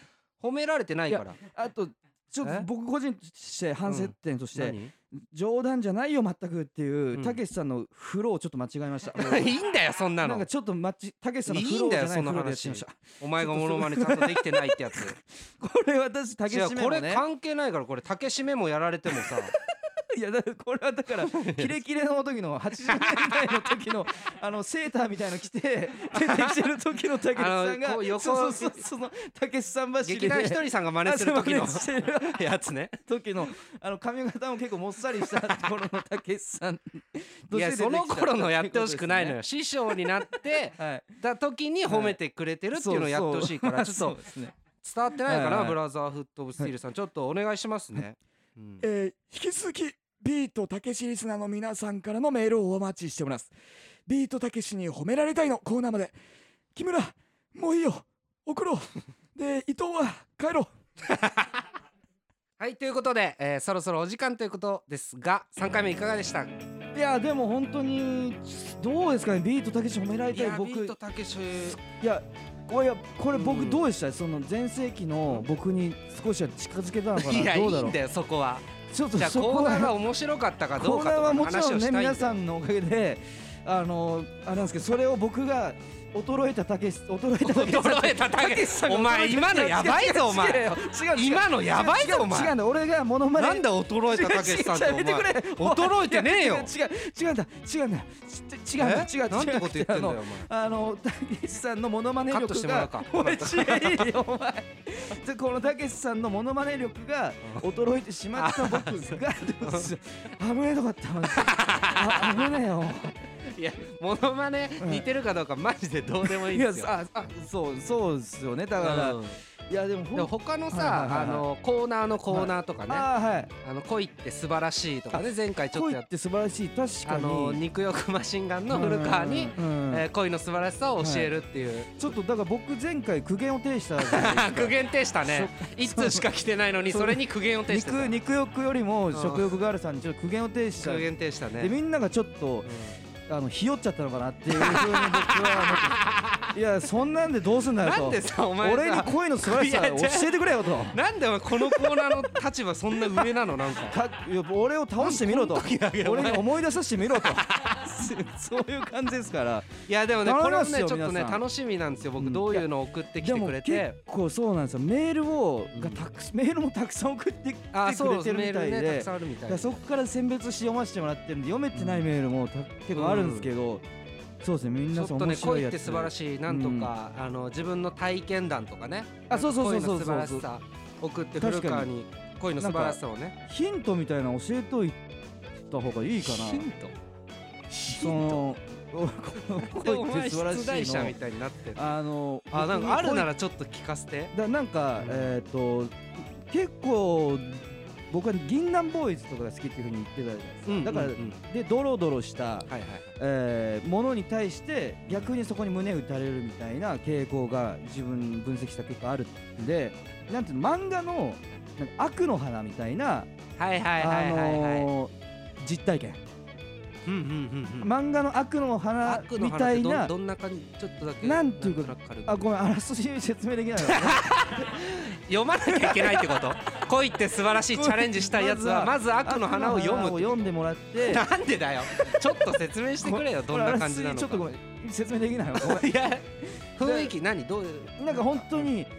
Speaker 1: 褒められてないい
Speaker 2: や
Speaker 1: から
Speaker 2: あとちょっと
Speaker 1: え
Speaker 2: 僕個人として反省点として、
Speaker 1: 何
Speaker 2: 冗談じゃないよ全くっていううんたけしさんのフローをちょっと間違え ました
Speaker 1: いいんだよそんな
Speaker 2: なん
Speaker 1: の
Speaker 2: かちょっとまちたけしさんの
Speaker 1: い
Speaker 2: フ
Speaker 1: い
Speaker 2: ロ
Speaker 1: ん
Speaker 2: ーじ
Speaker 1: だ
Speaker 2: ゃ
Speaker 1: よ
Speaker 2: ない
Speaker 1: そん
Speaker 2: フ
Speaker 1: な
Speaker 2: ロー
Speaker 1: 話
Speaker 2: でやってみました
Speaker 1: お前がモノマネちゃんとできてないってやつ
Speaker 2: これ私たけ
Speaker 1: 違
Speaker 2: し
Speaker 1: う
Speaker 2: め
Speaker 1: こ
Speaker 2: も
Speaker 1: れ
Speaker 2: ね
Speaker 1: 関係ないからこれたけしメモやられてもさ
Speaker 2: いやだからこれはだからキレキレの時の80年代の時 のあのセーターみたいの着て出てきてる時のたけしさん
Speaker 1: あのこう
Speaker 2: が
Speaker 1: 横
Speaker 2: そうそうそうそのたけしさん走りで
Speaker 1: 劇団ひとりさんが真似する時の
Speaker 2: あ そう真似してる
Speaker 1: やつね
Speaker 2: 時のあの髪型も結構もっさりした頃のたけしさん
Speaker 1: いやその頃のやってほしくないの
Speaker 2: よ
Speaker 1: よ師匠になって
Speaker 2: はい
Speaker 1: た時に褒めてくれてるっていうのをやってほしいからちょっと
Speaker 2: ですね
Speaker 1: 伝わってないか
Speaker 2: はい
Speaker 1: な
Speaker 2: はい
Speaker 1: ブラザーフット・オブ・スティールさんちょっとお願いしますねうん
Speaker 3: えー引き続きビートたけしリスナーの皆さんからのメールをお待ちしておりますビートたけしに褒められたいのコーナーまで木村もういいよ送ろうで伊藤は帰ろう
Speaker 1: はいということでえーそろそろお時間ということですが3回目いかがでした
Speaker 2: いやでも本当にどうですかねビートたけし褒められたい僕
Speaker 1: ビートたけし
Speaker 2: いやこれこれ
Speaker 1: う
Speaker 2: 僕
Speaker 1: ん
Speaker 2: どうでした、その全盛期の僕に少しは近づけたのか
Speaker 1: いや
Speaker 2: ないど
Speaker 1: いう
Speaker 2: だろ
Speaker 1: ん
Speaker 2: う
Speaker 1: だよそこは
Speaker 2: ちょっと
Speaker 1: じゃあ
Speaker 2: そ
Speaker 1: コ
Speaker 2: こ
Speaker 1: ーナーが
Speaker 2: は
Speaker 1: 面白かったかど
Speaker 2: コ
Speaker 1: う
Speaker 2: ー
Speaker 1: か
Speaker 2: ナー
Speaker 1: とか
Speaker 2: は
Speaker 1: の
Speaker 2: もち
Speaker 1: 話
Speaker 2: ろ
Speaker 1: をし
Speaker 2: んね
Speaker 1: たいん
Speaker 2: 皆
Speaker 1: だよ
Speaker 2: さんのおかげであのあれなんですけどそれを僕が衰えたたけし衰えたたけし
Speaker 1: 衰えたたけし
Speaker 2: さんが
Speaker 1: お前今のやばいぞお
Speaker 2: 違う
Speaker 1: 前
Speaker 2: よ違う違う
Speaker 1: 今のやばいぞお
Speaker 2: 違う違う
Speaker 1: 前
Speaker 2: んだ俺がモノマネ
Speaker 1: なんだ衰えたたけしさんってお前
Speaker 2: 驚
Speaker 1: 衰えてねえよ
Speaker 2: 違う違うんだ違うんだち違うんだ違う違う
Speaker 1: えなんてこと言ってんだよお前
Speaker 2: あのたけしさんのモノマネ
Speaker 1: カットしても
Speaker 2: 力
Speaker 1: らう
Speaker 2: が
Speaker 1: か
Speaker 2: お前違うよお前でこのたけしさんのモノマネ力が衰えてしまった僕がどうしよう危ねえとこだったマジであ危ねえよ
Speaker 1: いやモノマネ似てるかどうかマジでどうでもいいんですよ
Speaker 2: ああそうそうですよねだから、
Speaker 1: うん
Speaker 2: いやでも
Speaker 1: でも
Speaker 2: ほん
Speaker 1: 他の
Speaker 2: はいはい
Speaker 1: さ
Speaker 2: は
Speaker 1: あ
Speaker 2: いはい
Speaker 1: のコーナーのコーナーとかね
Speaker 2: あーはい
Speaker 1: あの恋って素晴らしいとかね前回ちょっと
Speaker 2: 恋
Speaker 1: やっ
Speaker 2: って素晴らしい確か
Speaker 1: あ
Speaker 2: に
Speaker 1: の肉欲マシンガンの古川に
Speaker 2: うんうんうんうん
Speaker 1: えー恋の素晴らしさを教えるっていう
Speaker 2: ちょっとだから僕前回苦言を呈したじゃないですか
Speaker 1: 苦言呈したね一通しか来てないのに
Speaker 2: そう
Speaker 1: それに苦言を呈して
Speaker 2: 肉
Speaker 1: た
Speaker 2: 肉欲よりも食欲があるさんにちょっと苦言を呈した
Speaker 1: 苦言呈した
Speaker 2: で
Speaker 1: ね
Speaker 2: みんながちょっとあのひよっちゃったのかなっていうふうに僕は思っていやそんなんでどうすんだよ
Speaker 1: な
Speaker 2: と
Speaker 1: んでさお前
Speaker 2: 俺に
Speaker 1: さ
Speaker 2: 恋の素晴らしさ
Speaker 1: いや違う
Speaker 2: 教えてくれよと
Speaker 1: なんでお前このコーナーの立場そんな上なのなん か
Speaker 2: かいや俺を倒してみろと
Speaker 1: げお前
Speaker 2: 俺に思い出させてみろとそういう感じですから
Speaker 1: いやでもね
Speaker 2: 頼
Speaker 1: こ
Speaker 2: み
Speaker 1: れは
Speaker 2: ます
Speaker 1: ねちょ
Speaker 2: よ
Speaker 1: っとね
Speaker 2: 皆さん
Speaker 1: 楽しみなんですよ
Speaker 2: う
Speaker 1: 僕
Speaker 2: ん
Speaker 1: どういうのを送ってきてくれ
Speaker 2: でも
Speaker 1: て
Speaker 2: 結構そうなんですよメールを
Speaker 1: うん
Speaker 2: がたくさんメールもたくさん送ってきて
Speaker 1: あ
Speaker 2: く
Speaker 1: そう
Speaker 2: れ
Speaker 1: です
Speaker 2: てる
Speaker 1: メ
Speaker 2: みた
Speaker 1: ール
Speaker 2: い
Speaker 1: ねた
Speaker 2: で
Speaker 1: くさんあるみた
Speaker 2: だ
Speaker 1: い
Speaker 2: から
Speaker 1: で
Speaker 2: そこから選別して読ませてもらってるんで読めてないメールもた結構あるんですけど、そうですねみん
Speaker 1: ちょ
Speaker 2: な
Speaker 1: っ
Speaker 2: そう
Speaker 1: と
Speaker 2: 面
Speaker 1: ね
Speaker 2: 白い
Speaker 1: 恋
Speaker 2: や
Speaker 1: っ
Speaker 2: つ
Speaker 1: て素晴らしいなんとかあの自分の体験談とかね
Speaker 2: あそうそうそうそう
Speaker 1: 恋の素晴らしさ送って古
Speaker 2: 確かに
Speaker 1: 川に恋の素晴らしさをね
Speaker 2: ヒントみたいなの教えといた方がいいかな
Speaker 1: ヒント
Speaker 2: そのおこの
Speaker 1: でお
Speaker 2: 恋って
Speaker 1: 前
Speaker 2: 素晴らしい
Speaker 1: 出題者
Speaker 2: の
Speaker 1: みたいになってる
Speaker 2: あの
Speaker 1: あなんかあるな
Speaker 2: ら
Speaker 1: らちょっと聞かせて
Speaker 2: だなんか、
Speaker 1: うん
Speaker 2: えっ、と結構僕は銀杏ボーイズとかが好きっていうふうに言ってたじゃないですか、だから、
Speaker 1: うんうんうん
Speaker 2: でドロドロした、
Speaker 1: はいはい
Speaker 2: えーものに対して逆にそこに胸打たれるみたいな傾向が自分に分析した結果あるんでなんていうの漫画のなんか悪の花みたいな、
Speaker 1: はいはいはいはいはい、
Speaker 2: あのー実体験、
Speaker 1: うんうんうんうん
Speaker 2: 漫画の悪の花
Speaker 1: 悪の
Speaker 2: み
Speaker 1: 話
Speaker 2: たい
Speaker 1: どん
Speaker 2: な
Speaker 1: どんな感じちょっとだけ
Speaker 2: なんていうか
Speaker 1: ん軽く
Speaker 2: あごめんあらすじ説明できないわ
Speaker 1: 読まなきゃいけないってこと 恋って素晴らしいチャレンジしたいやつはま
Speaker 2: ま
Speaker 1: ず 悪の花を読む
Speaker 2: 悪の花を読んでもらって
Speaker 1: なんでだよちょっと説明してくれよ どんな感じなのか
Speaker 2: ちょっとごめん説明できない わごめ
Speaker 1: いや雰囲気何どういうん
Speaker 2: なんか本当に思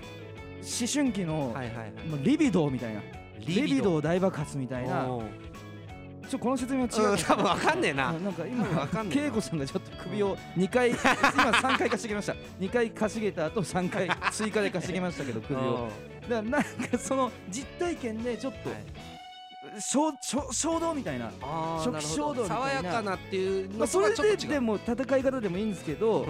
Speaker 2: 春期の、
Speaker 1: はいはいはい
Speaker 2: まあリビドーみたいなリビド
Speaker 1: み
Speaker 2: ー大爆発みたいなちょこの説明は違う
Speaker 1: うん多分わかんねえな
Speaker 2: うんなんか今
Speaker 1: 多分わかんねえな
Speaker 2: 恵子さんがちょっと首を2 回今3回かしげました2回かしげた後3回追加でかしげましたけど首をだからなんかその実体験でちょっと、
Speaker 1: はい
Speaker 2: 衝衝衝動みたいな
Speaker 1: あー
Speaker 2: 初期衝動みたいな
Speaker 1: 爽やかなっていう
Speaker 2: ま
Speaker 1: のと
Speaker 2: あ、そ
Speaker 1: は
Speaker 2: れ
Speaker 1: ちょっと違
Speaker 2: で
Speaker 1: う
Speaker 2: でも戦い方でもいいんですけど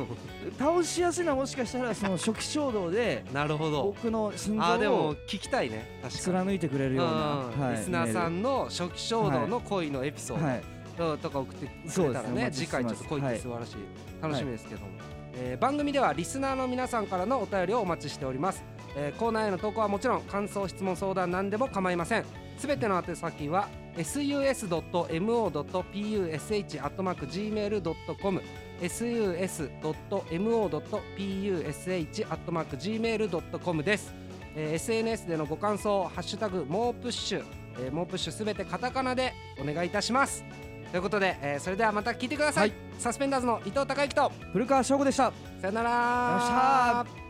Speaker 2: 倒しやすいのはもしかしたらその初期衝動で
Speaker 1: なるほど
Speaker 2: 僕の心
Speaker 1: あーで
Speaker 2: 臓
Speaker 1: も
Speaker 2: を
Speaker 1: 聞きたいね確かに
Speaker 2: 貫いてくれるような、
Speaker 1: うん
Speaker 2: はい、
Speaker 1: リスナーさんの初期衝動の恋のエピソ
Speaker 2: メール、は
Speaker 1: ー
Speaker 2: い、
Speaker 1: ドとか送ってくれたら
Speaker 2: そうですねお
Speaker 1: ね
Speaker 2: 待ち
Speaker 1: 次
Speaker 2: して
Speaker 1: 回ち
Speaker 2: ま
Speaker 1: ょっ
Speaker 2: す
Speaker 1: と恋って素晴らしい楽しみですけどもえー番組ではリスナーの皆さんからのお便りをお待ちしておりますえーコーナーへの投稿はもちろん感想質問相談何でも構いませんすべての宛先は sus.mo.push.gmail.com sus.mo.push.gmail.com です、えー SNS でのご感想「ハッシュタグもうプッシュ」えーもうプッシュすべてカタカナでお願いいたしますということで、えーそれではまた聞いてください、
Speaker 2: は
Speaker 1: サスペンダーズの伊藤孝之と
Speaker 2: 古川翔吾でした
Speaker 1: さよな
Speaker 2: よっし
Speaker 1: ら
Speaker 2: ゃ